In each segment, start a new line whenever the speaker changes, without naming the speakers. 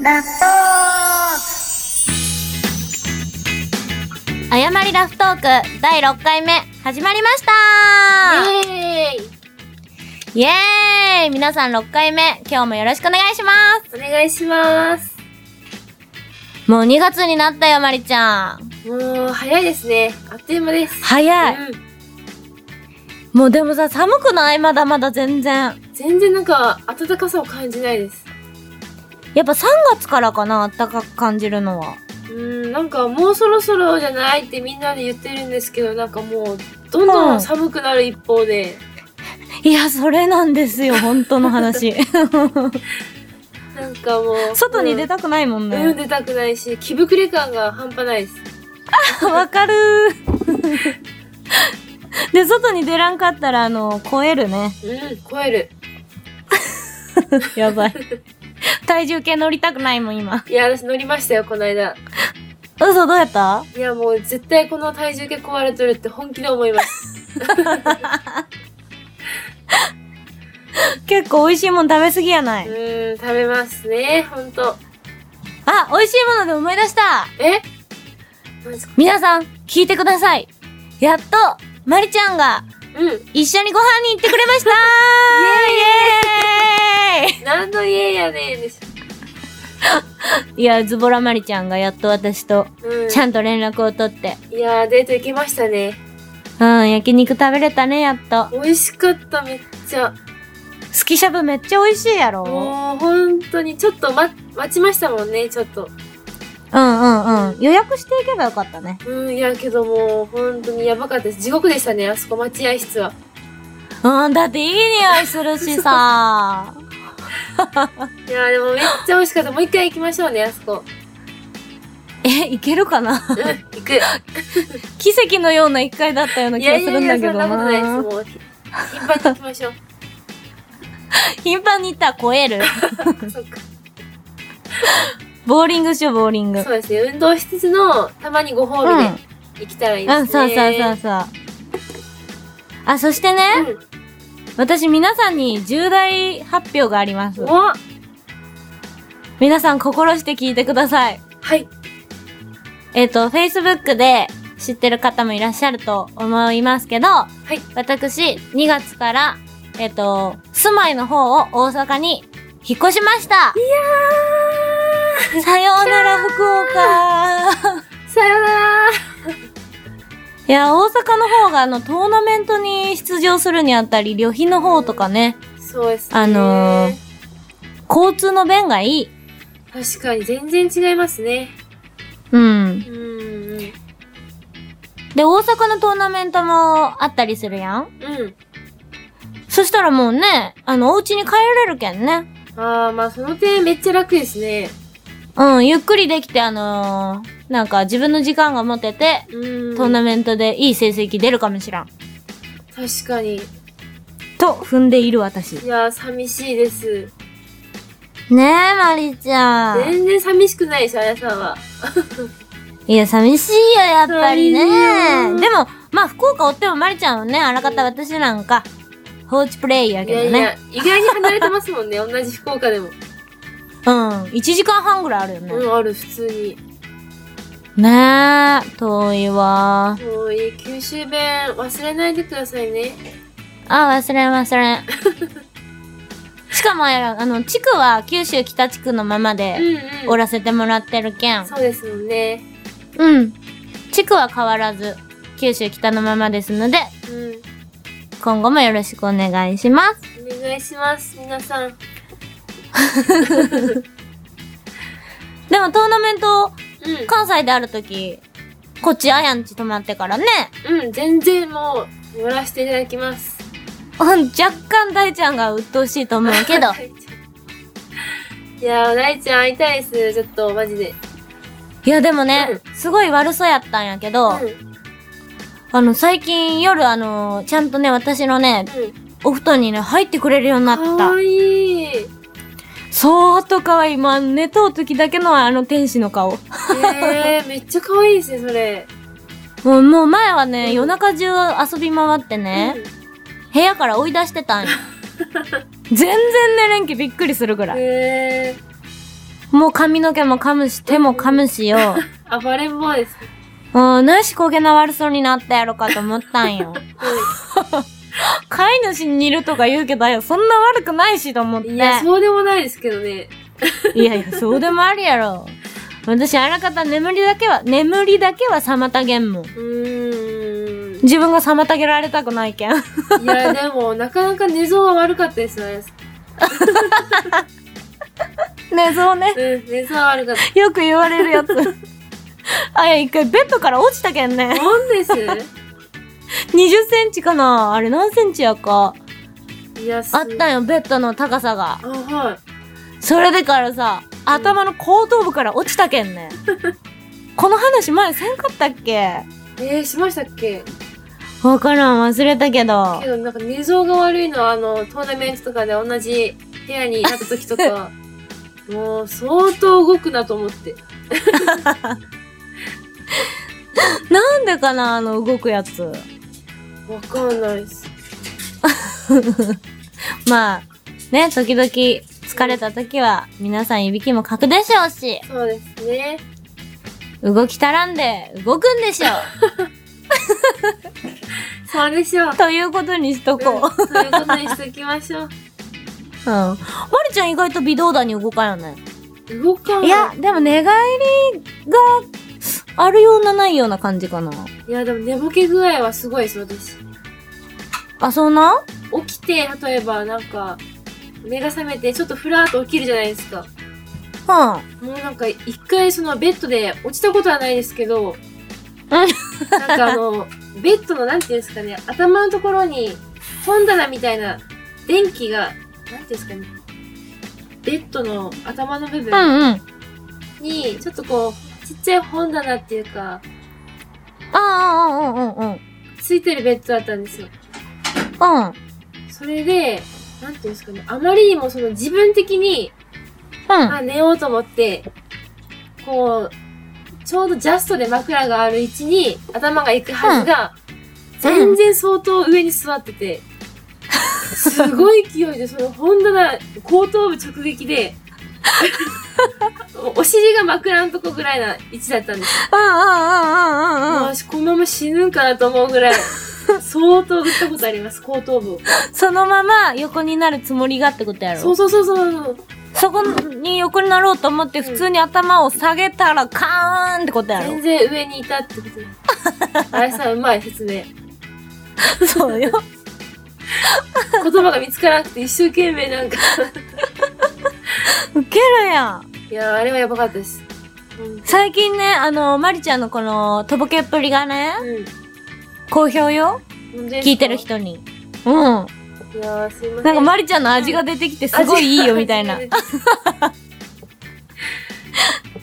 ラフトーク誤りラフトーク第6回目始まりました
イエーイ
イエーイ皆さん6回目今日もよろしくお願いしま
お願いします
すもう2月になったよまりちゃん
もう早いですねあっという間です
早い、
うん
もうでもさ寒くないまだまだ全然
全然なんか暖かさを感じないです
やっぱ3月からかなあったかく感じるのは
うんなんかもうそろそろじゃないってみんなで言ってるんですけどなんかもうどんどん寒くなる一方で、
いやそれなんですよ本当の 話
なんかもう
外に出たくないもん
うん、
ね、
うん出たくないし着膨れ感が半端ないです
わかるーで、外に出らんかったら、あの、超えるね。
うん超える
やばい。 体重計乗りたくないもん、今。
いや私乗りましたよこの間
嘘、どうやった
いやもう絶対この体重計壊れとるって本気で思います
結構美味しいもん食べ過ぎやない。
うん食べますねほんと
あ、美味しいもので思い出した
えなんですか
皆さん、聞いてください。やっと、まりちゃんが、
うん
一緒にご飯に行ってくれました イエーイ
何の家やねんです。
いや、ズボラまりちゃんがやっと私と、
うん。
ちゃんと連絡を取って、
いやー、デート行けましたね。
うん、焼肉食べれたね、やっと。
美味しかった、めっちゃ。
スキシャブめっちゃ美味しいやろ
もう、本当に、ちょっと待、待ちましたもんね、ちょっと。
うんうんうん。予約していけばよかったね。
うん、いや、けどもう、本当にやばかったです。地獄でしたね、あそこ、待合室は。
うん、だっていい匂いするし さ。
いやー、でもめっちゃ美味しかった。もう一回行きましょうね、あそこ。
え、いけるかな
うん、行く。い
奇跡のような一回だったような 気
や
が
い
す
や
る
い
ん
や、
だけ
そん
ど
なことないです、
な。
もう。ひ頻繁に行きましょう。
頻繁に行ったら超える。
そっか。
ボーリングしよう、ボーリング。
そうですね、運動しつつの、たまにご褒美
うん
で行きたらいいで
う
す
ん、そ
ね。
うそうそうそう。あ、そしてね、私皆さんに重大発表がありま
う
す
ん。。おは
皆さん心して聞いてください。
い。
えっ、と、Facebook で知ってる方もいらっしゃると思いますけど、
はい。
私、2月から、えっ、と、住まいの方を大阪に引っ越しましたいやーさようなら福岡
さよなら
いや、大阪の方があの、トーナメントに出場するにあたり、旅費の方とかね、
そうですね。
あのー交通の便がいい。
確かに全然違いますね。
うん。
うんうん。
で、大阪のトーナメントもあったりするやん
うん。
そしたらもうね、あの、お家に帰れるけんね。
ああ、まあその点めっちゃ楽ですね。
うん、ゆっくりできて、あのーなんか自分の時間が持てて、
うん。
トーナメントでいい成績出るかもしらん。
確かに。い
と踏んでいる私。ね
やー、寂しいです。
え、まりちゃん。
全然寂しくないでしょ、あやさんは。
いや、寂しいよ、やっぱり
寂しい
ね。
よ
でも、まあ、福岡おってもまりちゃんはね、あらかた私なんか、放置プレイや
い
けど
や
ね。
いや、意外に離れてますもんね、同じ福岡 でも。
うん。1時間半ぐらいあるよね。
うん、ある、普通に。
ねえ、遠いわ。
もういい、九州弁忘れないでくださいね。
あ、忘れん忘れ ん。しかもやら、あの、地区は九州北地区のまま
うん
で、
うん。
おらせてもらってるけん。
そうですもんね。
うん。地区は変わらず、九州北のままですので、
うん。
今後もよろしくお願いします。
お願いします、皆さん。
でもトーナメント、
うん。
関西である時こっちあやんち泊まってからね、
うん、全然もう、乗らせていただきます。、
うん、若干大ちゃんが鬱陶しいと思うけど
いやー、大ちゃん会いたいです。ちょっと、マジで。
いやでもね、すごい悪そうやったんやけど、
うん。
あの、最近夜あのちゃんとね、私のね、お布団にね、入ってくれるようにな
か
った
わ。いい。え
そーっと可愛い。まあ、寝とう時だけのあの天使の顔。
ー、めっちゃかわいいですね、それ。
もう、もう前はね、
うん
夜中中遊び回ってね、部屋から追い出して たんよ。全然寝れんけびっくりするぐ
うん
らい。
え
もう髪の毛も噛むし、手も噛むしよ。
暴れん坊です。
うん、なしこげな悪そうになったやろかと思ったん よ。飼い主に似るとか言うけど、あやそんな悪くないしと思って。
いや、そうでもないですけどね。
いやいや、そうでもあるやろ。私、あらかた眠りだけは、眠りだけは妨げんもん。
うーん。
自分が妨げられたくないけん。
いや、でも、なかなか寝相は悪かったですよ、あやさん
ね、そうね。
うん、 寝相は悪かった。
よく言われる やつ。あや、一回ベッドから落ちたけんね。
なんです
20センチかなあれ何センチやか。
いや、す
あったんよ、ベッドの高さが。
あ、は
それでからさ、頭の後頭部から落ちたけん ね。この話前せんかったっけ
い。えー、しましたっけ
わからん、忘れたけど
け。ど、なんか寝相が悪いのは、あの、トーナメントとかで同じ部屋になった時と か、もう、相当動くなと思って。
なんでかなあの動くやつ。
わかんないです。
まあ、ね、時々疲れた時は皆さんいびきもかくでしょうし、
そうですね。
動き足らんで動くんでしょ
そうでしょう。
う。ということにしとこう。うん。ま
うんそういうことにしときましょう。
るちゃん意外と微動だに動かんよね。
動かない。
いや、でも寝返りがあるようなないような感じかな。
いや、でも寝ぼけ具合はすごいです、私。
あ、そんな
起きて、例えば、なんか、目が覚めて、ちょっとふらーっと起きるじゃないですか。
うん。
もうなんか、一回そのベッドで落ちたことはないですけど、なんかあの、ベッドのなんていうんですかね、頭のところに本棚みたいな電気が、なんていうんですかね、ベッドの頭の部
う
分
んうん。
に、ちょっとこう、ちっちゃい本棚っていうか、
ああ、うんうんうんうん。
ついてるベッドだったんですよ。
うん。
それで、なんていうんですかね、あまりにもその自分的に、
うん。
あ、寝ようと思って、こう、ちょうどジャストで枕がある位置に頭が行くはずが、全然相当上に座ってて、すごい勢いで、その本棚、後頭部直撃で、 お尻が枕のとこぐらいな位置だったんです
うんうんうんうんうん
よ。
う
も
ん。
うこのまま死ぬんかなと思うぐらい、相当打ったことあります、後頭部を。
そのまま横になるつもりがってことやろ
そうそうそうそう。
そこに横になろうと思って普通に頭を下げたらカーンってことやろ
全然上にいたってことあれさんうまい説明
そうよ。
言葉が見つからなくて一生懸命なんか
ウケるやん。
いやーあれはやばかったですうん
最近ね、あの、まりちゃんのこの、とぼけっぷりがね、
うん
好評よ。
本当ですか
聞いてる人に。うん。
いやーすいません
なんかまりちゃんの味が出てきてすごいいいよみたいな。
味が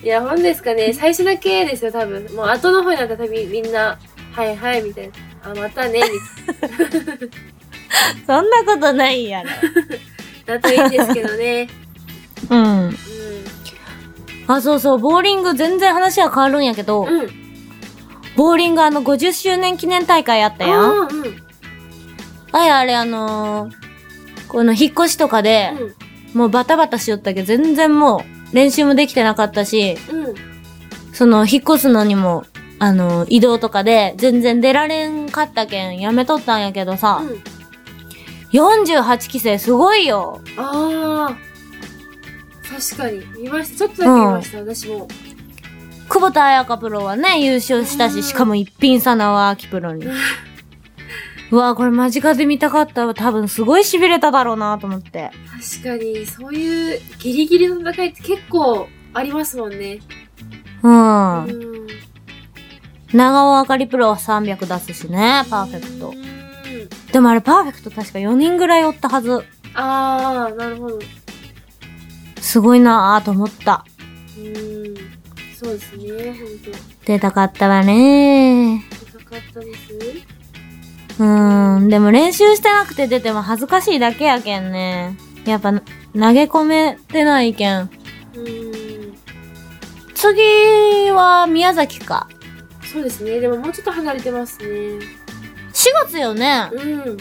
いや本ですかね最初だけですよ多分もう後の方になったら多分みんな「はいはい」みたいな「あまたね」みたい
そんなことないやろ。
なだといいんですけどね
うん。
う
あ、そうそう、ボーリング全然話は変わるんやけど、
んうん
ボーリングあの50周年記念大会あったやん。
あーうん
あれあれあのーこの引っ越しとかで、もうバタバタしよったけど、全然もう練習もできてなかったし、
うんうん
その引っ越すのにも、あのー移動とかで全然出られんかったけんやめとったんやけどさ、
うん
48期生すごいよ。
ああ確かに見ましたちょっとだけ見ました、私も
久保田彩香プロはね、優勝した
う
し、
ん
しかも一品さなは秋プロに。うわぁ、これ間近で見たかったわ。多分すごい痺れただろうなと思って。
確かにそういうギリギリの戦いって結構ありますもんね
うん。
うん
長尾あかりプロは300出すしね、パーフェク
う
ト。
ん
でもあれパーフェクト確か4人ぐらいおったはず。
ああなるほど
すごいなぁと思った。
うんそうですね本
出たかったわね
当戦かったです
うん。でも練習してなくて出ても恥ずかしいだけやけんね。やっぱ、投げ込めてないけん。
うん
次は宮崎か。
そうですねでももうちょっと離れてますね
4月よね。
うん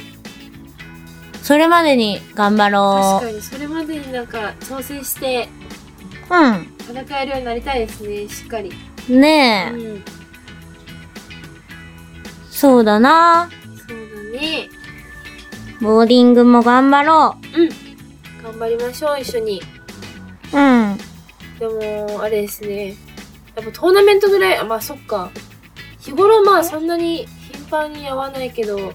それまでに頑張ろ
確かにそれまでになんか調整して
う
戦えるようになりたいですね、しっかり。
ん。ね
う
え、
ん。
そうだな。
そうだね。
ボーリングも頑張ろ
うん。頑張りましょう、一緒に。
う。うん。
でも、あれですね。やっぱトーナメントぐらい、あ、まあそっか。日頃まあそんなに頻繁に会わないけど、
うん。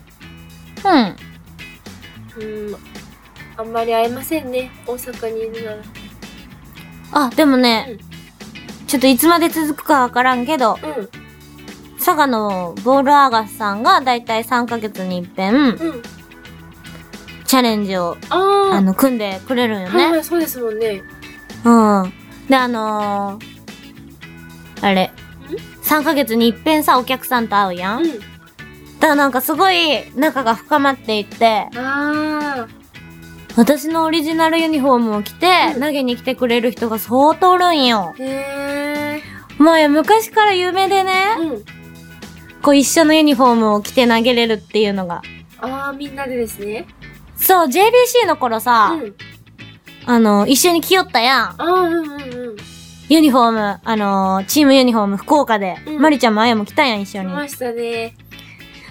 うん。あんまり会えませんね。大阪にいるなら。
あ、でもね、ちょっといつまで続くかわからんけど、
うん。
佐賀のボールアーガスさんがだいたい3ヶ月に一遍、
うん。
チャレンジを、
ああ。
あの、組んでくれるんよ
はいは
ね。
い、そうですもんね。
うん。で、あのー、あれ。3ヶ月に一遍さ、お客さんと会うやん。だ
う
からなんかすごい仲が深まっていって、
ん。ああ。
私のオリジナルユニフォームを着て、
うん
投げに来てくれる人が相当おるんよ。
へえ。
もう昔から有名でね、
うん。
こう一緒のユニフォームを着て投げれるっていうのが。
ああ、みんなでですね。
そう、JBC の頃
う
さ、
ん。
あの、一緒に着よったやん。
ああ、うんうんうん。
ユニフォーム、あのチームユニフォーム福岡で、
うん
まりちゃんもあやも着たやん、一緒
来
に。
ましたね。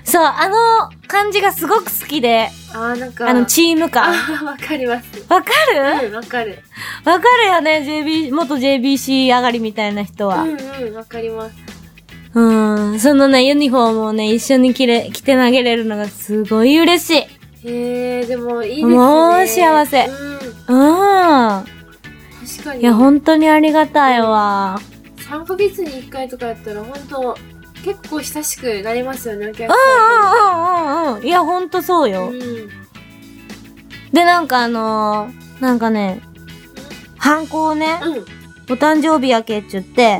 そう、あの感じがすごく好きで、
ああ、なんか。
あの、チーム感。
あ あ、わかります。
わかる
うん、わかる。
わかるよね、JB、元 JBC 上がりみたいな人
う
は。
んうん、わかります。
うん、そのね、ユニフォームをね、一緒に着れ、着て投げれるのがすごい嬉しい。
へえ、でもいいですね。
もう幸せ
う
うん。
ん。確かに。
いや、本当にありがたいわ。
3ヶ月に1回とかやったら、本当結構親しくなりますよね、お客
うんうんうんうん。いや、ほんとそう
さん。
よ。
うん。
で、なんかあのー、なんかね、ハンコをね、
うん。うん。
お誕生日やけっちゅって、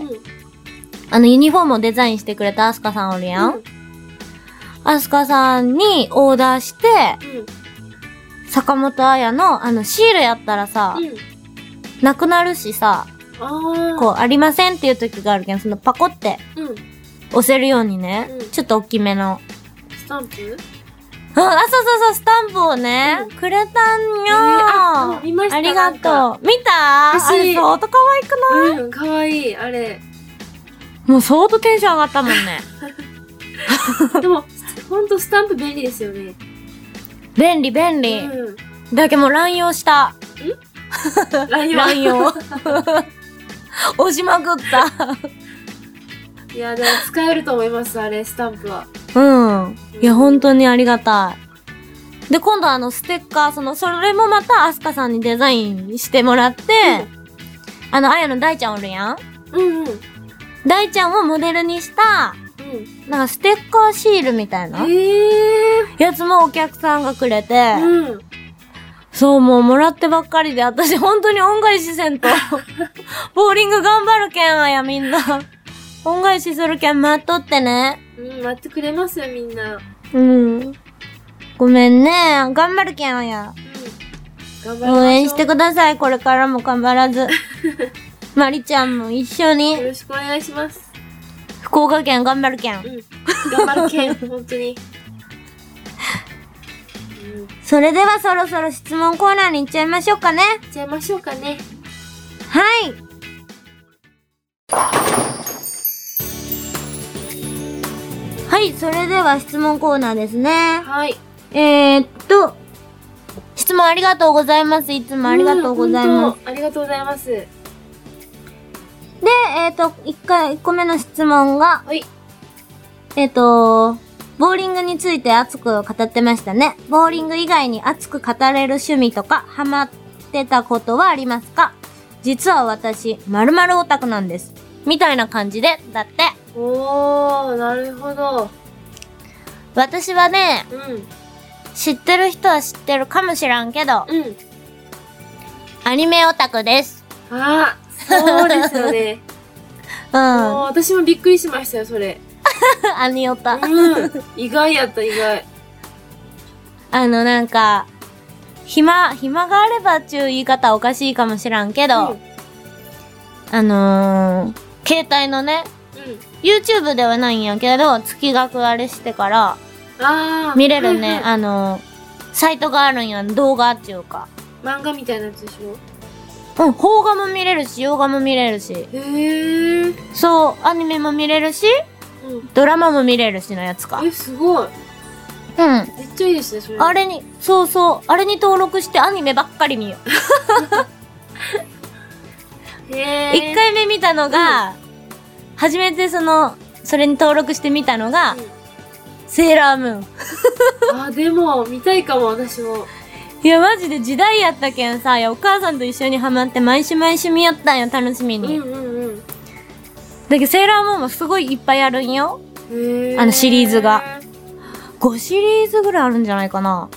あの、ユニフォームをデザインしてくれたアスカさんおるやん。アスカさんにオーダーして、
うん。
坂本彩の、あの、シールやったらさ、
うん。
なくなるしさ、
ああ。
こう、ありませんっていう時があるけど、そのパコって
う。うん。
押せるようにね、
うん
ちょっと大きめの。
スタンプえ
うん、あ、そうそうそう、スタンプをね、
う
くれたんよ、
あ、見ました
ありが
なんか
とう。見たあ
欲しい
れ相当可愛くない
うん、かわいい、あれ。
もう相当テンション上がったもんね。
でも、ほんとスタンプ便利ですよね。
便利便利。
うん。
だけどもう乱用した。
乱用。
乱 用。押しまくった。
いや、でも使えると思います、あれ、スタンプは。
うん。いや、本当にありがたい。で、今度あの、ステッカー、その、それもまた、アスカさんにデザインしてもらって、あの、あやの大ちゃんおるやん
うんうん。うん。
大ちゃんをモデルにした、なんかステッカーシールみたいな、
ええ
やつもお客さんがくれて、
ー。うん。
そう、もうもらってばっかりで、私本当に恩返しせん と。ボーリング頑張るけんあや、みんな。恩返しするけん待っとってね。
うん、待ってくれますよ、みんな。うん。
うん。ごめんね。頑張るけんあや。
頑張りましょ
応
う
援してください。これからも頑張ら ず。まりちゃんも一緒
よ
に
ろしくお願いします。
福岡県頑張るけ。
うんん。 頑張るけん、本当に。うん。いっ
それではそろそろ質問コーナーに行っちゃいましょうかね。
ちゃいましょうかね。
はい。はい、それでは質問コーナーですね。
はい。
えー、っと、質問ありがとうございます。いつもありがとうござい
ん
ます。
本当ありがとうございます。
で、えー、っと、1回、1個目の質問が、
はい。
えっ、と、ボーリングについて熱く語ってましたね。ボーリング以外に熱く語れる趣味とか、ハマってたことはありますか実は私、〇〇オタクなんです。みたいな感じで、だって。
おー、なるほど。
私はね、
うん。
知ってる人は知ってるかもしらんけど、
うん。
アニメオタクです。
あー、そうです よね。
うん。
もう
ア
私もびっくりしましたよ、それ。
ニオタ。
うん。意外やった、意外。
あの、なんか、暇、暇があればっていう言い方はおかしいかもしらんけど、
うん
あのー、携帯のね、
う
YouTube ではないんやけど、月額あれしてから、
ん。あー。
見れるね
は、いはい
あの、サイトがあるんや、動画っていうか。
漫画みたいなやつでしょ
うん、邦画も見れるし、洋画も見れるし、
へえ。
そう、アニメも見れるし、
うん。
ドラマも見れるしのやつか。
え、すごい。
うん。
めっちゃいいですね、それ。
あれに、そうそう、あれに登録してアニメばっかり見よう。
へえ。
一、回目見たのが、初めてその、それに登録して見たのが、セーラームーン。
うんあ、でも、見たいかも、私も。
いや、マジで時代やったけんさ、いや、お母さんと一緒にハマって毎週毎週見よったんよ、楽しみ
うん
に。
うん
だけど、セーラームーンもすごいいっぱいあるんよ。
うん。へえ。
あのシリーズが。5シリーズぐらいあるんじゃないかな。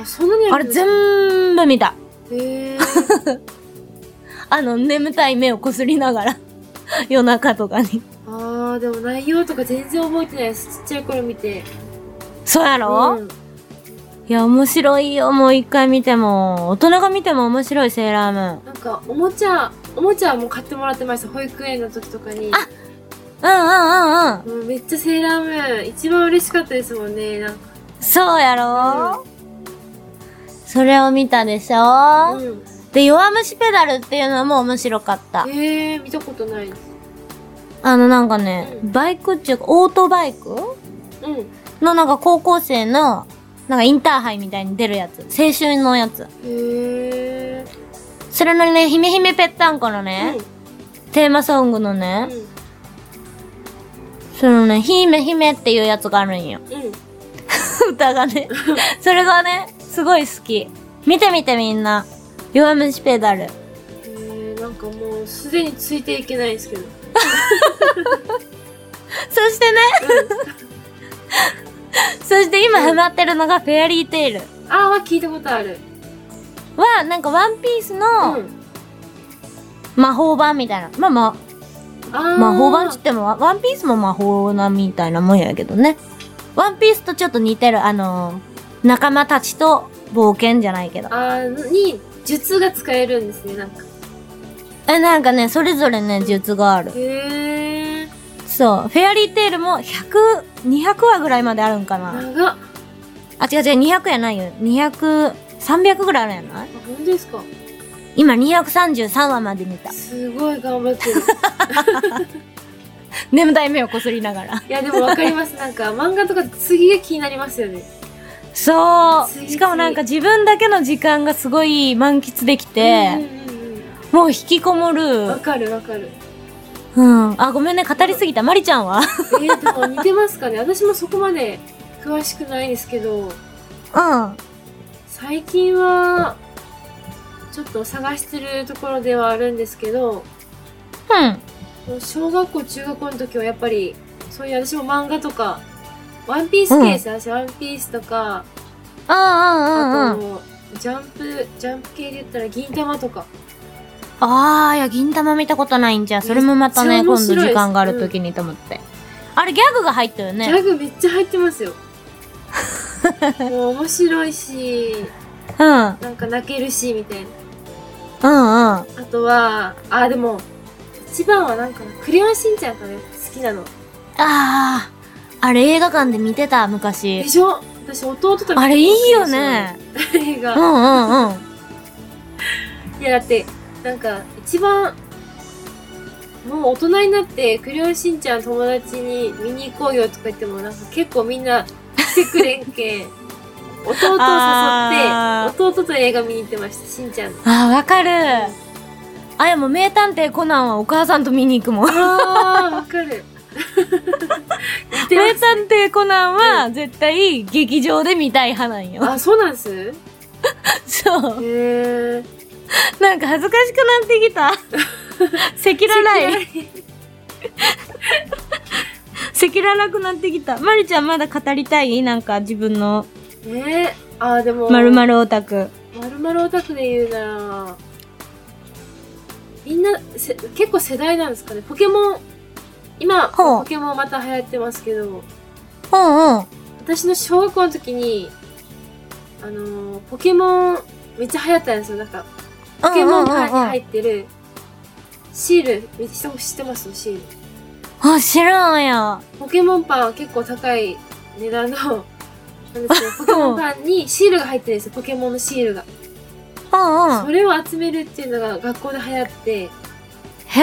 あ、そんなに
あれ
部。
全部見た。
へえ。
あの、眠たい目をこすりながら。夜中とかに。
あー、でも内容とか全然覚えてないです。ちっちゃい頃見て。
そうやろ、
うん
いや、面白いよ、もう一回見ても。大人が見ても面白い、セーラームーン。
なんか、おもちゃ、おもちゃも買ってもらってました。保育園の時とかに。
あうんうんうんうん。
もうめっちゃセーラームーン、一番嬉しかったですもんね。なんか。
そうやろ、それを見たでしょ、
うん。
で、弱虫ペダルっていうのも面白かった。
へえ、見たことないです。
あの、なんかね、
うん
バイクっていうか、オートバイク
うん。
のなんか高校生の、なんかインターハイみたいに出るやつ。青春のやつ。
へえ。
それのね、ひめひめぺったんこのね、テーマソングの
う
ね
ん。、
そのね、ひめひめっていうやつがあるんよ。
うん。うん。
歌がね。それがね、すごい好き。見てみてみんな。弱虫ペダル。
えー、なんかもうすでについていけないんですけど。
そしてね、そして今ハマってるのがフェアリーテイル。
あーは聞いたことある。
は、なんかワンピース
う
の
ん。
魔法版みたいな。まあま
あ
あ、
ー
魔法版っつってもワ、ワンピースも魔法なみたいなもんやけどね。ワンピースとちょっと似てる、あのー仲間たちと冒険じゃないけど。
あーに、術が使えるんですね、なんか。
え、なんかね、それぞれね、術がある。
へえ。
そう。フェアリーテイルも100、200話ぐらいまであるんかな。
長っ。
あ、
あ、
違う違う、200やないよ。200、300ぐらいあるんやない
本当ですか
今233話まで見た。
すごい頑張ってる。
眠たい目をこすりながら。
いや、でもわかります。なんか、漫画とか次が気になりますよね。
そ。
ついうつい
しかもなんか自分だけの時間がすごい満喫できて、
うんうんう
もう引きこも
ん。わ
る。
かるわかる。
うん。あ、ごめんね、語りすぎた。まりちゃんは
えー、でも似てますかね私もそこまで詳しくないですけど、
うん。
最近は、ちょっと探してるところではあるんですけど、
うん。
小学校、中学校の時はやっぱり、そういう私も漫画とか、ワンピース系です、私、ワンピースとか、
うんうん
あ
うんうん。
と、ジャンプ、ジャンプ系で言ったら、銀玉とか。
あー、いや、銀玉見たことないんじゃ。それもまた
め
ね、
っちゃ
今度
面白いです
時間がある時にと思って。あれ、ギャグが入ったよ
ギャ
ね。
グめっちゃ入ってますよ。 もう面白いし、
うん。うん
なんか泣けるし、みたいな。
うん。
あとは、あ、でも、一番はなんか、クレヨンしんちゃんかね、好きなの。
あー。あれ映画館で見てた、昔
で。しょ私、弟と見て
あれいいよね。
ますよ。映
う
画。
んうんうん。
いや、だって、なんか、一番、もう大人になって、クレヨンしんちゃん友達に見に行こうよとか言っても、なんか結構みんな来てくれん けん。弟を
あ
誘って、弟と映画見に行ってました、しんちゃんの。
あー、わかる。あやも名探偵コナンはお母さんと見に行くもん。
あー、わか る。似て
名
ます
探偵コナンは絶対劇場で見たい派なんよ。
あ、そうなんですへ
そう。
ー。
なんか恥ずかしくなってき た。赤裸々い。赤裸々くなってきた。まるちゃんまだ語りたいなんか自分の
ねえ。あー、でも。
〇〇オタク。
まるまるオタクで言うなら、みんなせ、結構世代なんですかね。ポケモン、今、
ほう
ポケモンまた流行ってますけ
う
ど、
んうん。
私の小学校の時に、あのーポケモン、めっちゃ流行ったんですよ。なんか、ポケモンカードに入ってる、シール、めっちゃ知ってますシール。
あ、知らんや。
ポケモンパンは結構高い値段の、なんですけど、ポケモンパンにシールが入ってるんですよ。ポケモンのシールが。
うんうんう
そ
ん。
れを集めるっていうのが学校で流行って、
へ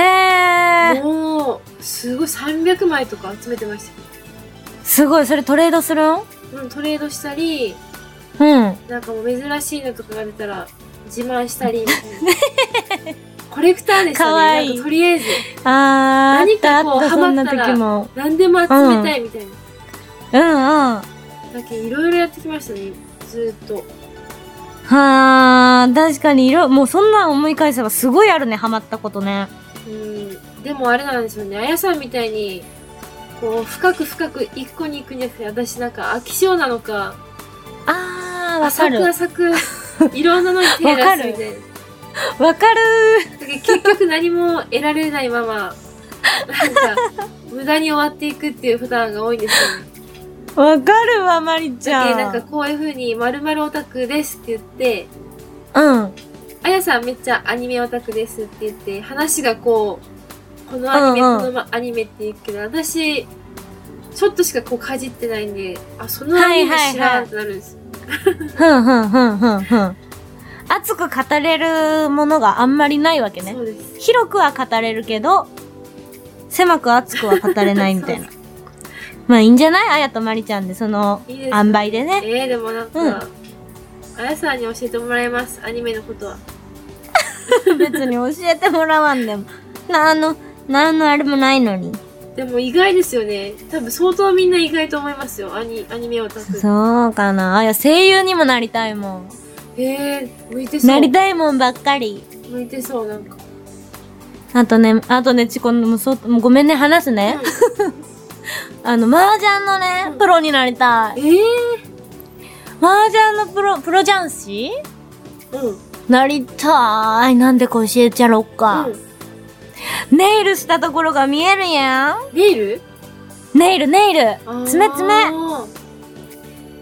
え。
もう、すごい300枚とか集めてました
すごい、それトレードするん
よ。うんトレードしたり、
うん。
なんかもう珍しいのとかが出たら、自慢したりみたいな。コレクターでしたね。
かわいい
なんかとりあえず、
あー、あっ
何
た
か
あ
こ
っ
う
た、そんな
ハマったら
時も。
何でも集めたいみたい
う
な。
んうん。
だけどいろいろやってきましたね。ずーっと。
はー、確かに色、もうそんなん思い返せばすごいあるね、ハマったことね。
うん。でもあれなんですよね。あやさんみたいに、こう、深く深く一個に行くんじゃなくて、私なんか飽き性なのか、
あー、わか
浅く
る。
浅く、いろんなのに手出すみたいな。
わかわかる
だけど結局何も得られないまま、なんか、無駄に終わっていくっていうパターンが多いんですよね。
ー。わかるわ、まりち
だけどな
ゃ
んか
ん。
こういう風に、〇〇オタクですって言って、
うん。
あやさんめっちゃアニメオタクですって言って、話がこう、このアニメ、
うんうん
このまアニメって言うけど、私、ちょっとしかこうかじってないんで、あ、そのア
はいはい
ニ
は
メ
い
知らんってなるんですよ。
ふんふんふんふんふん。熱く語れるものがあんまりないわけね
そ。うです。
広くは語れるけど、狭く熱くは語れないみたい な。まあいいんじゃないあやとまりちゃんで、その、
いいですね
塩梅でね。
えー、でもなんか、
うん
あやさんに教えてもらいます、アニメのことは。
別に教えてもらわんでも。なんの、なんのあれもないのに。
でも意外ですよね。多分相当みんな意外と思いますよ。アニアニメオタク。
そうかな。あや、声優にもなりたいもん。
えー、向いてそう。
なりたいもんばっかり。
向いてそう、なんか。
あとね、あとね、ちこの、もうそう、もうごめんね、話すね。 あの、麻雀のね、プロになりたい
え。ー、
麻雀のプロ、プロ雀士
うん。
なりたーい。なんでか教えちゃろっか。
う
ネイルしたところが見えるや
ん。ネイル
ん。ネイル、ネイル。爪爪。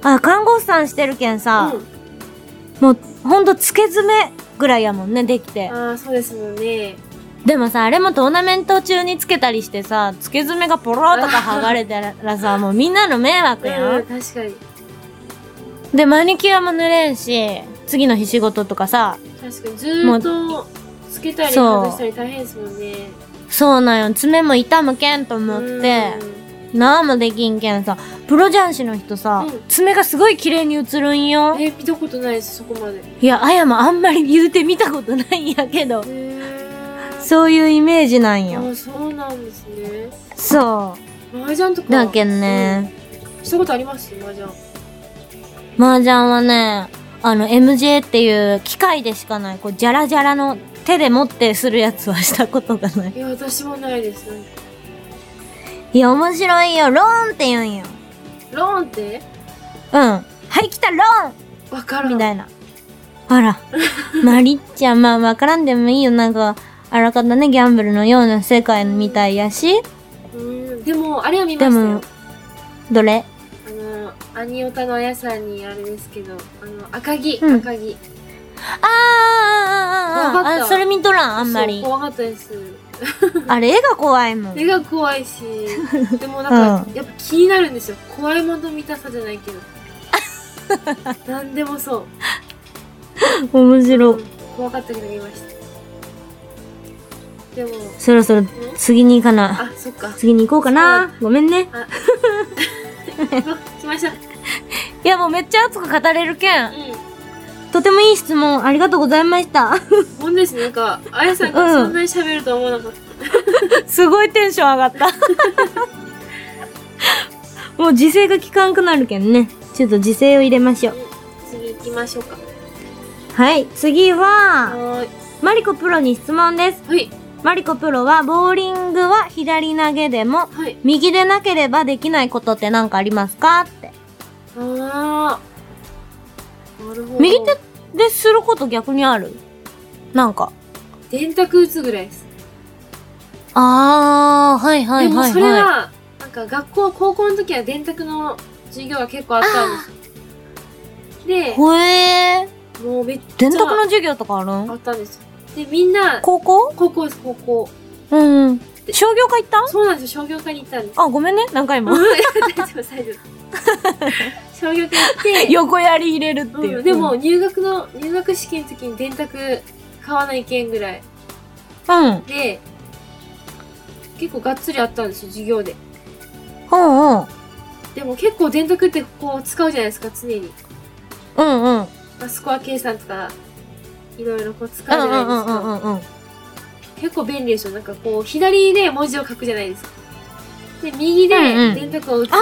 あ
あ、看護師さんしてるけん
ー
さ
う、ん
もうほんと付け爪ぐらいやもんね、できて。
あー、そうですもんね。
でもさ、あれもトーナメント中につけたりしてさ、付け爪がポローとか剥がれたらさ、もうみんなの迷惑や
うんん、。確かに。
で、マニキュアも塗れんし、次の日仕事とかさ、
確かに。ずーっと、つけたり
そう
外したり大変ですもんね。
そうなんよ、爪も痛むけんと思って、なんもできんけんさ、プロ雀士の人さ、
うん
爪がすごい綺麗に映るん
うん。
よ。
えー、見たことないです、そこまで。
いや、あやもあんまり言うて見たことないんやけど、
えー。
そういうイメージなん
あ
よ。
ーそうなんですね。
そ
麻雀と
う。
か。
だけんね、
うん。したことあります麻雀。
麻雀はね、あの、MJ っていう機械でしかない、こう、じゃらじゃらの手で持ってするやつはしたことがない。
いや、私もないです。なんか
いや、面白いよ。ローンって言うんよ。
ローンって
うん。はい、来た、ローン
わからん。
みた
い
いな。あ ら。まりっちゃん、まあわからんでもいいよ。なんか、あらかたね、ギャンブルのような世界みたいやし。
うん。でも、あれは見ま
で
した
も
よ。、
どれ
あの、アニオタのあやさんにあれですけど、あの、赤木、
うん
赤木。
あーあーあーあ
怖かっ
ー
た
あ、それ見とらん、あんま
そう
り。
怖かったです。
あれ、絵が怖いもん。
手が怖いし、でもなんか、
う
やっぱ気になるんですよ。怖いもの見たさじゃないけ ど。なんでもそう。
面白
うん
い。
怖かったけど見ました。でも、ん
そろそろ、次に行かな。
あ、そっか。
次に行こうかな。ごめんね。
来ました。
いや、もうめっちゃ熱く語れるけん。
う
とてもいい質問、ありがとうございました。
ん。ほんですね。なんか、あやさんがそんなに喋ると思わなかっ た。
すごいテンション上がった。 もう時勢が効かんくなるけんね。ちょっと時勢を入れましょう。
次行きましょうか。
はい、次は、
はーい。
マリコプロに質問です。
はい。
マリコプロは、ボーリングは左投げでも、
はい。
右でなければできないことって何かありますかって。
ああ。なるほど。
右手ですること逆にあるなんか。
電卓打つぐらいです。
あー、はいは
で
い
も
はい、
それ
は
は、なんか学校、高校の時は電卓の授業が結構あったんです
い。ほえー。
で、もうめっちゃ
電卓の授業とかある
あ
ん
ったんですよ。で、みんな、
高校
高校です、高校。
うん。商業科行った
そうなんですよ、商業科に行ったんです。
あ、ごめんね、何回も
うん。大丈夫、大丈夫。小学行って、
横やり入れるっていう。
うんでも、入学の、入学式の時に電卓買わないけんぐらい。
うん。
で、結構がっつりあったんですよ、授業で。
うんうん。
でも結構電卓ってこう使うじゃないですか、常に。
うんうん。
まあ、スコア計算とか、いろいろこう使う
うん
じゃ
う
ない
んう
です
んう
か。
んうんうん。
結構便利でしょ。なんかこう、左で文字を書くじゃないですか。で、右で
うんうん
電卓を打つ。だっ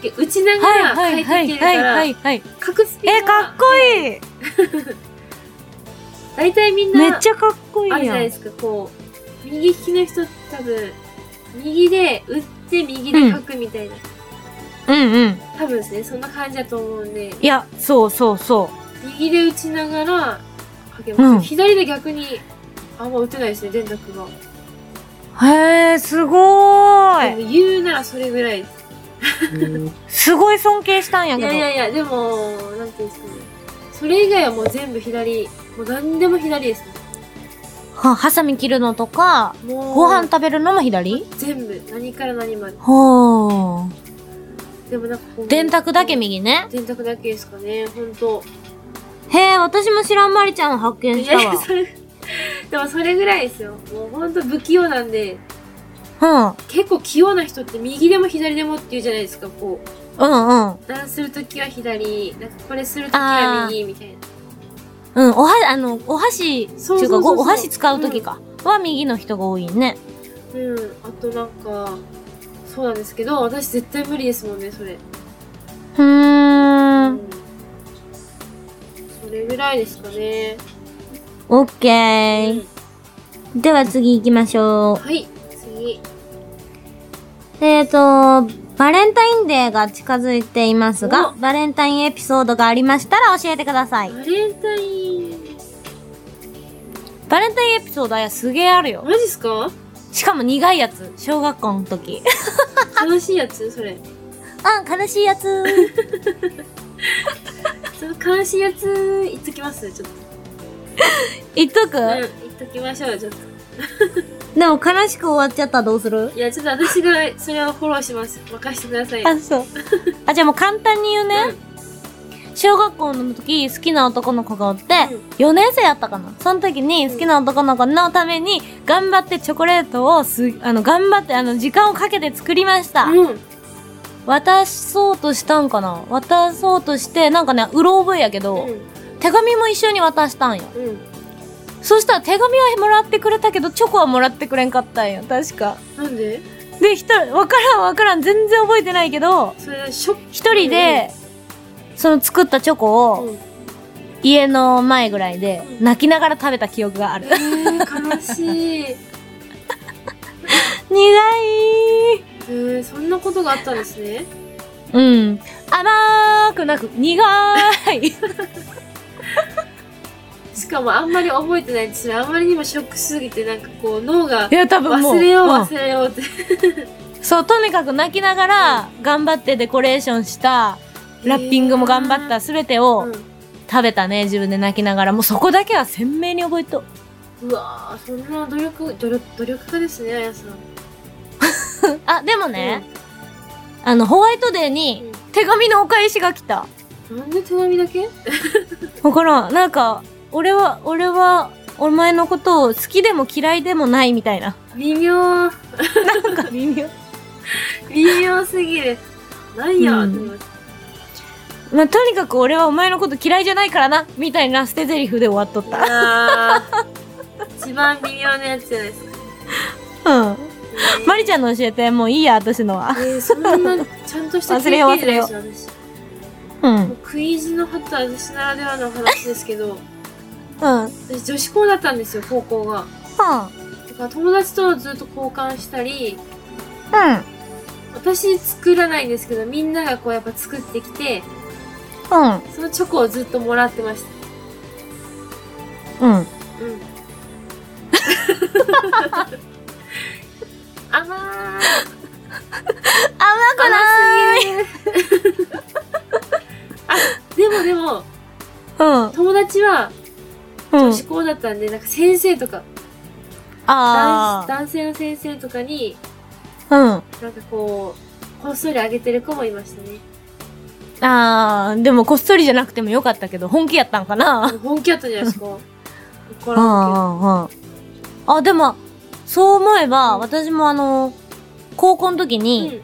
け打ちなが
はい
ら
は
書
い
いて
はいい
け
は
るか
いは
ら、
いはい。
書くスピー
え、
ド
かっ
が、
こいい
大体みんな、
めっちゃかっこいい
あるじゃ
や
ない
ん
で。すか、こう、右利きの人多分、右で打って右で書くみたいな、
うんうん。
多分ですね、そんな感じだと思うんで、
いや、そうそうそ
右で打ちながら書けます。
うん
左で逆に、あんま打てないですね、電卓が。
う。へえ、すご
で
ーい。
も言うならそれぐらいです。
すごい尊敬したんや
い
けど
やい。やいや、でも、なんていうんですかね。それ以外はもう全部左、もう何でも左ですね。
はハサミ切るのとか、
もう、
ご飯食べるのも左
全部、何から何まで。
ほー。
でもなんかこう
電卓だけ右ね。
電卓だけですかね、ほんと。
へえ、私も知らんまりちゃんを発見
い
し
やい
た
やそれでもそれぐらいですよもうほんと不器用なんで
わ。
結構器用な人って右でも左でもって言うじゃないですかこう
うん。うんうん。
ダンスするときは左なんかこれするときは右みたいな
うん、おは、あの、お箸、って
そう
いう
そうそ
か、
うそ
ご
う
お箸使うときか、は右の人が多いね。
うんあとなんかそうなんですけど私絶対無理ですもんねそれ
ふーん。
それぐらいですかね
オッケ
う
ー。
ん
では次行きましょ
はい次
う。えーと、バレンタインデーが近づいていますが、
お
バレンタインエピソードがありましたら教えてください。
バレンタイン
バレンタインエピソードはやすげえあるよ。
マジっすか
しかも苦いやつ。小学校の時。
楽しいやつそれ
あ、悲しいやつ。
その悲しいやつ言っときますちょっと
言っとく、
うん言っときましょうちょっと
でも悲しく終わっちゃったらどうする
いや、ちょっと私がそれをフォローします。任せてください。
あ、 そう。あ、じゃあもう簡単に言うね。小学校の時好きな男の子がおって、4年生やったかなその時に好きな男の子のために頑張ってチョコレートをすあの頑張ってあの時間をかけて作りました、
うん。うん。
渡そうとしたんかな渡そうとしてなんかねうろ覚えやけど、手紙も一緒に渡したんよ
うん。うん。
そしたら手紙はもらってくれたけどチョコはもらってくれんかったんよ確か
なんで
で一人わからんわからん全然覚えてないけど
それ、ショッ
一人で、その作ったチョコを、
ク。うん。
家の前ぐらいで泣きながら食べた記憶がある。
えー、悲しい。え
苦い
ー、そんなことがあったんですね。
うん。甘くなく苦 い
しかもあんまり覚えてないですあんまりにもショックしすぎて、なんかこう、脳が
いや、多分もう。
忘れよう、
うん
忘れようって。
そう、とにかく泣きながら頑張ってデコレーションした、ラッピングも頑張った、すべて
う
を
ん
食べたね、自分で泣きながら。もうそこだけは鮮明に覚えとう。
うわーそんな努力、努力、努力家ですね、あやさん。
あ、でもね、あの、ホワイトデーに手紙のお返しが来た。
うん。なんで手紙だけ
わからん。なんか、俺は、俺は、お前のことを好きでも嫌いでもないみたいな。
微妙。
なんか微妙。
微妙すぎる。なんや、
う
っ
ん
て思って。
まあ、とにかく俺はお前のこと嫌いじゃないからな、みたいな捨て台詞で終わっとっ
あー一番微妙なやつじゃないですか。
た。うん。まりちゃんの教えて、もういいや、私のは
え。ー、そんなちゃんとした経験じゃないですよ、
忘
私。
うん。う
も
ん
う。クイズの発達私ならではの話ですけど、
は
私女子校だったんですよ、高校が。
あ。
だから友達とずっと交換したり、
うん。
私作らないんですけど、みんながこうやっぱ作ってきて、
うん。
そのチョコをずっともらってました。
うん。
うん。
甘く
甘ーい
ない
いあ、でもでも、
うん。
友達は
う
女
ん。
子校だったんで、なんか先生とか、男
あ
子
あ。
男性の先生とかに、
うん。
なんかこう、こっそりあげてる子もいましたね。
ああー、でもこっそりじゃなくてもよかったけど、本気やったんかな。
本気やったじゃないですか。わから
あ
ん
あ、ああ。あ、でも、そう思えば、私もあの、高校の時
けど
に、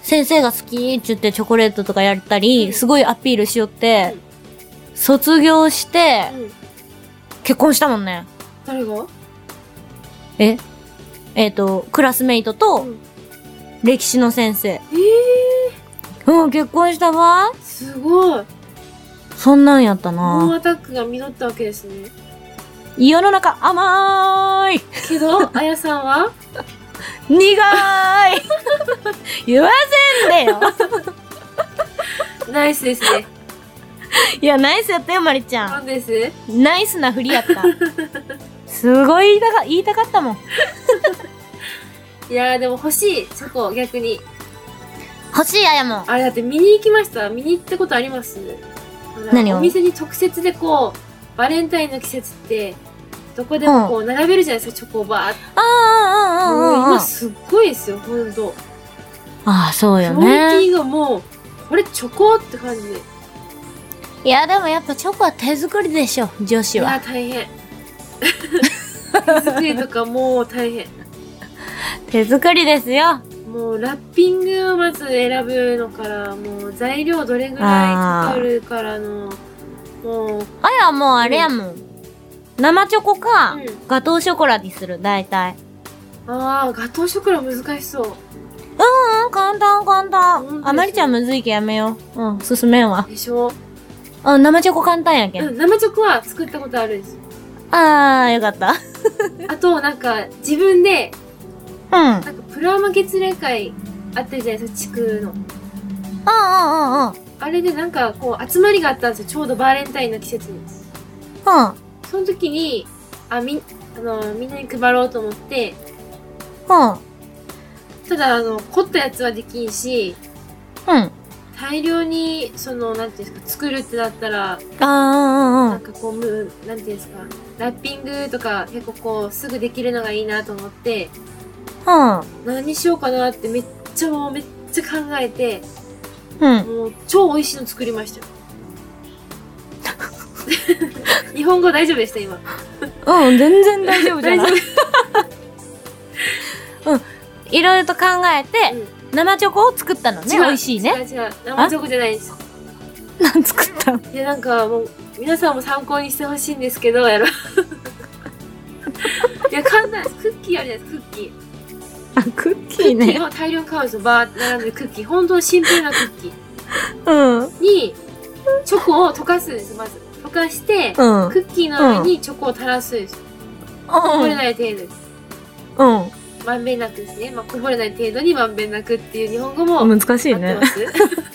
先生が好きって言ってチョコレートとかやった
う
り、
ん
すごいアピールしよって、卒業して
う、ん。うん。
結婚したもんね。
誰が
ええっ、と、クラスメイトと
うん、
歴史の先生。
ええ
うん、結婚したわ。
ー、すごい。
そんなんやった
猛
な。
アタックが実ったわけですね。
世の中甘ーい
けど、あやさんは
苦い 言わせんでよ
ナイスですね。
いや、ナイスやったよ、まりちゃ。
なんんです
ナイスな振りやった。すごい言いたか、言いたかったもん。
いやーでも欲しい、チョコ、逆に。
欲しい、あやもん。
あれだって見に行きました見に行ったことあります
何を
お店に直接でこう、バレンタインの季節って、どこでもこう並べるじゃないですか、チョコバーって。
ああ、
もう
ああ、あ
今すっごいですよ、ほんと。
あ。ああ、そう
ク
よ
オリテ
ね。
ィがもう、これチョコって感じで。い
いや、でもやっぱチョコは手作りでしょ、女子
や
は。
ー大変。 手作りとかもう大変。
手作りですよ。
もうラッピングをまず選ぶのから、もう材料どれぐらいかかるからの、もう、
あやはもうあれやもん。生チョコか、
うん
ガトーショコラにする、大体。
ああ、ガトーショコラ難しそう。
うん、簡単、簡
本当で
単。
す
あまりちゃんむずいけやめよう。うん、進めんわ。
でしょ
うん、生チョコ簡単やけん。
うん、生チョコは作ったことあるんですよ。
あー、よかった。
あと、なんか、自分で、
うん。うん
なんか、プラマ月例会あったじゃないですか、地区の。
うんうんうん。
あれでなんか、こう、集まりがあったんですよ、ちょうどバレンタインの季節に。
うん。
その時に、あ、み、あの、みんなに配ろうと思って、
うん。
ただ、あの、凝ったやつはできんし、
うん。
大量に、その、なんていうんですか、作るってなったら、
あ
なんかこう、む、なんていうんですか、ラッピングとか、結構こう、すぐできるのがいいなと思って、
ー、うんうんうん。
何しようかなってめっちゃもうめっちゃ考えて、
うん。
もう超美味しいの作り ましたよ。日本語大丈夫でした今。
うん、全然大丈夫じゃ
大丈
な
夫
い。いろいろと考えて、
うん
生チョコを作ったのね。美
違う
味しいね。
違う違う。生チョコじゃないです。
なん作ったの
いやなんかもう皆さんも参考にしてほしいんですけど、 やろ。いや簡単です。クッキーあるじゃないですか、クッキー。
あ、クッ
ク
キー
ッキ
ね。
ーを大量に買うんですよ。バーって並んでるクッキー。本当にシンプルなクッキー。
うん。うん。
に、チョコを溶かすんですよ、まず。溶かして、
うん。
クッキーの上にチョコを垂らすんですよ。こぼれない程度です。
う
まんべんなくですね。まあ、こぼれない程度にまんべんなくっていう日本語も合っ
ん。難しい
て
ね
ま。す。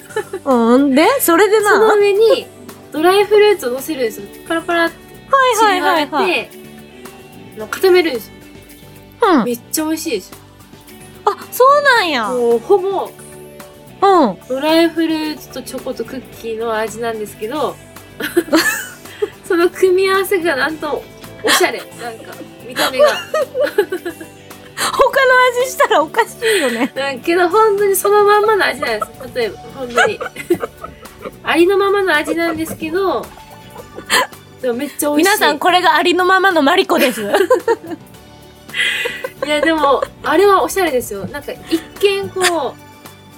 うん。で、それで
そ
な。
の上に、ドライフルーツを乗せるんですよ。パラパラってち
は
り
いは
ばめ
いはいはい。
て、あの固めるんですよ。
うん。あ
めっちゃ美味しいですよ。、
そうなんや。うん。
もう、ほぼ、
うん。
ドライフルーツとチョコとクッキーの味なんですけど、 その組み合わせがなんと、おしゃれ。なんか、見た目が。
他の味したらおかしいよね。
だけど本当にそのまんまの味なんです例えば本当に ありのままの味なんですけどでもめっちゃ美味しい
皆さん、これがありのままのマリコです。
いやでもあれはおしゃれですよなんか一見こ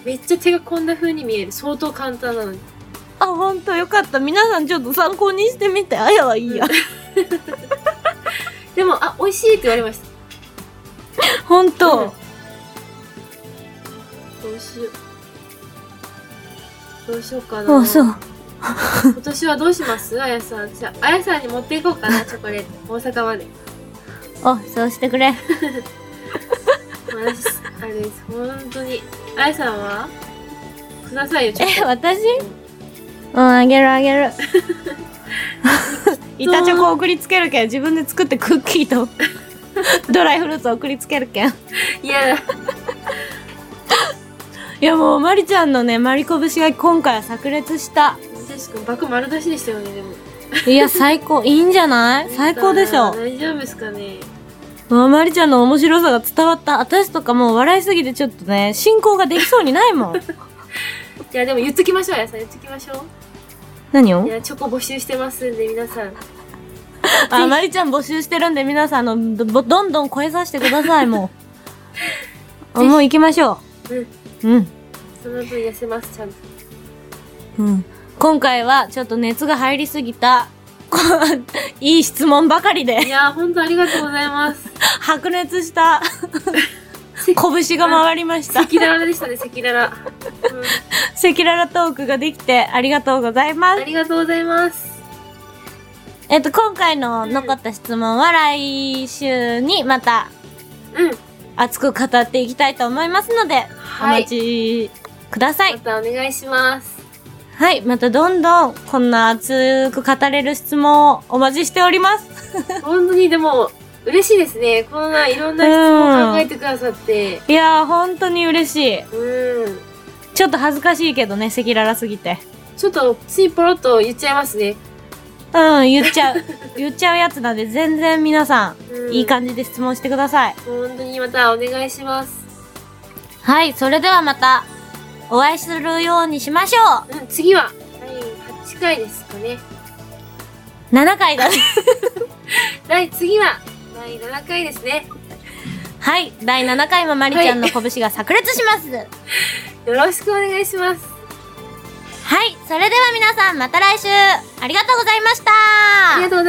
うめっちゃ手がこんな風に見える相当簡単なのに
あ、ほんとよかった。皆さんちょっと参考にしてみて。あやはいいや。
でもあ美味しいって言われました
ほんと。
どうしようどうしようかな
あ、そう。
今年はどうしますあやさんじゃああやさんに持っていこうかなチョコレート大阪まで
あ、そうしてくれ。
私あれです本当にあやさんはくださいよちょっ
え、私うん、あげるあげる。 板チョコ送りつけるけん。自分で作ってクッキーと ドライフルーツ送りつけるけん。
といや
いやもう、まりちゃんのね、まりこ節が今回は炸裂した。
剛君バカ丸出しでしたよねでも
いや、最高。いいんじゃない最高でしょ。
大丈夫ですかね
もうまりちゃんの面白 さが伝わった。私とかもう笑いすぎてちょっとね、進行ができそうにないもん。
いや、でも言っときましょう、あやさん。言っときましょ
何
う。
を
いや、チョコ募集してますんで、皆さん。
あ、まりちゃん募集してるんで、皆さん、あの、どどんどん声させてください、も う。あもう行きましょ
うん。
う。うん。
その分痩せます、ちゃんと。
うん。今回は、ちょっと熱が入りすぎた、 こいい質問ばかり
い
で、
やー、ほんとありがとうございます。
白熱した、
せ
拳が回りました。
赤裸々でしたね、赤裸々。うん
赤裸々トークができて、ありがとうございま
あ
す。
りがとうございます。
えっと、今回の残った質問は、来週にまた、
うん。
熱く語っていきたいと思いますので、お
はい
待ちください
ま。たお願いします。
はい、またどんどんこんな熱く語れる質問をお待ちしております。
本当にでも、嬉しいですね。こんないろんな質問を考えてくださって。
いやー、本当に嬉しい。
うん。
ちょっと恥ずかしいけどね、赤裸々すぎて。
ちょっと、ついポロッと言っちゃいますね。
うん、言っちゃう。 言っちゃうやつなんで、全然皆さ
うん
ん、いい感じで質問してください。
本当にまたお願いします。
はい、それではまた、お会いするようにしましょ
うん、次は、第8回ですかね。
う !7 回だね。
第、次は、第7回ですね。
はい、第7回もまりちゃんの拳が炸裂します。はい、
よろしくお願いします。
それでは皆さん、また来週ありがとうございました
ありがとうございました。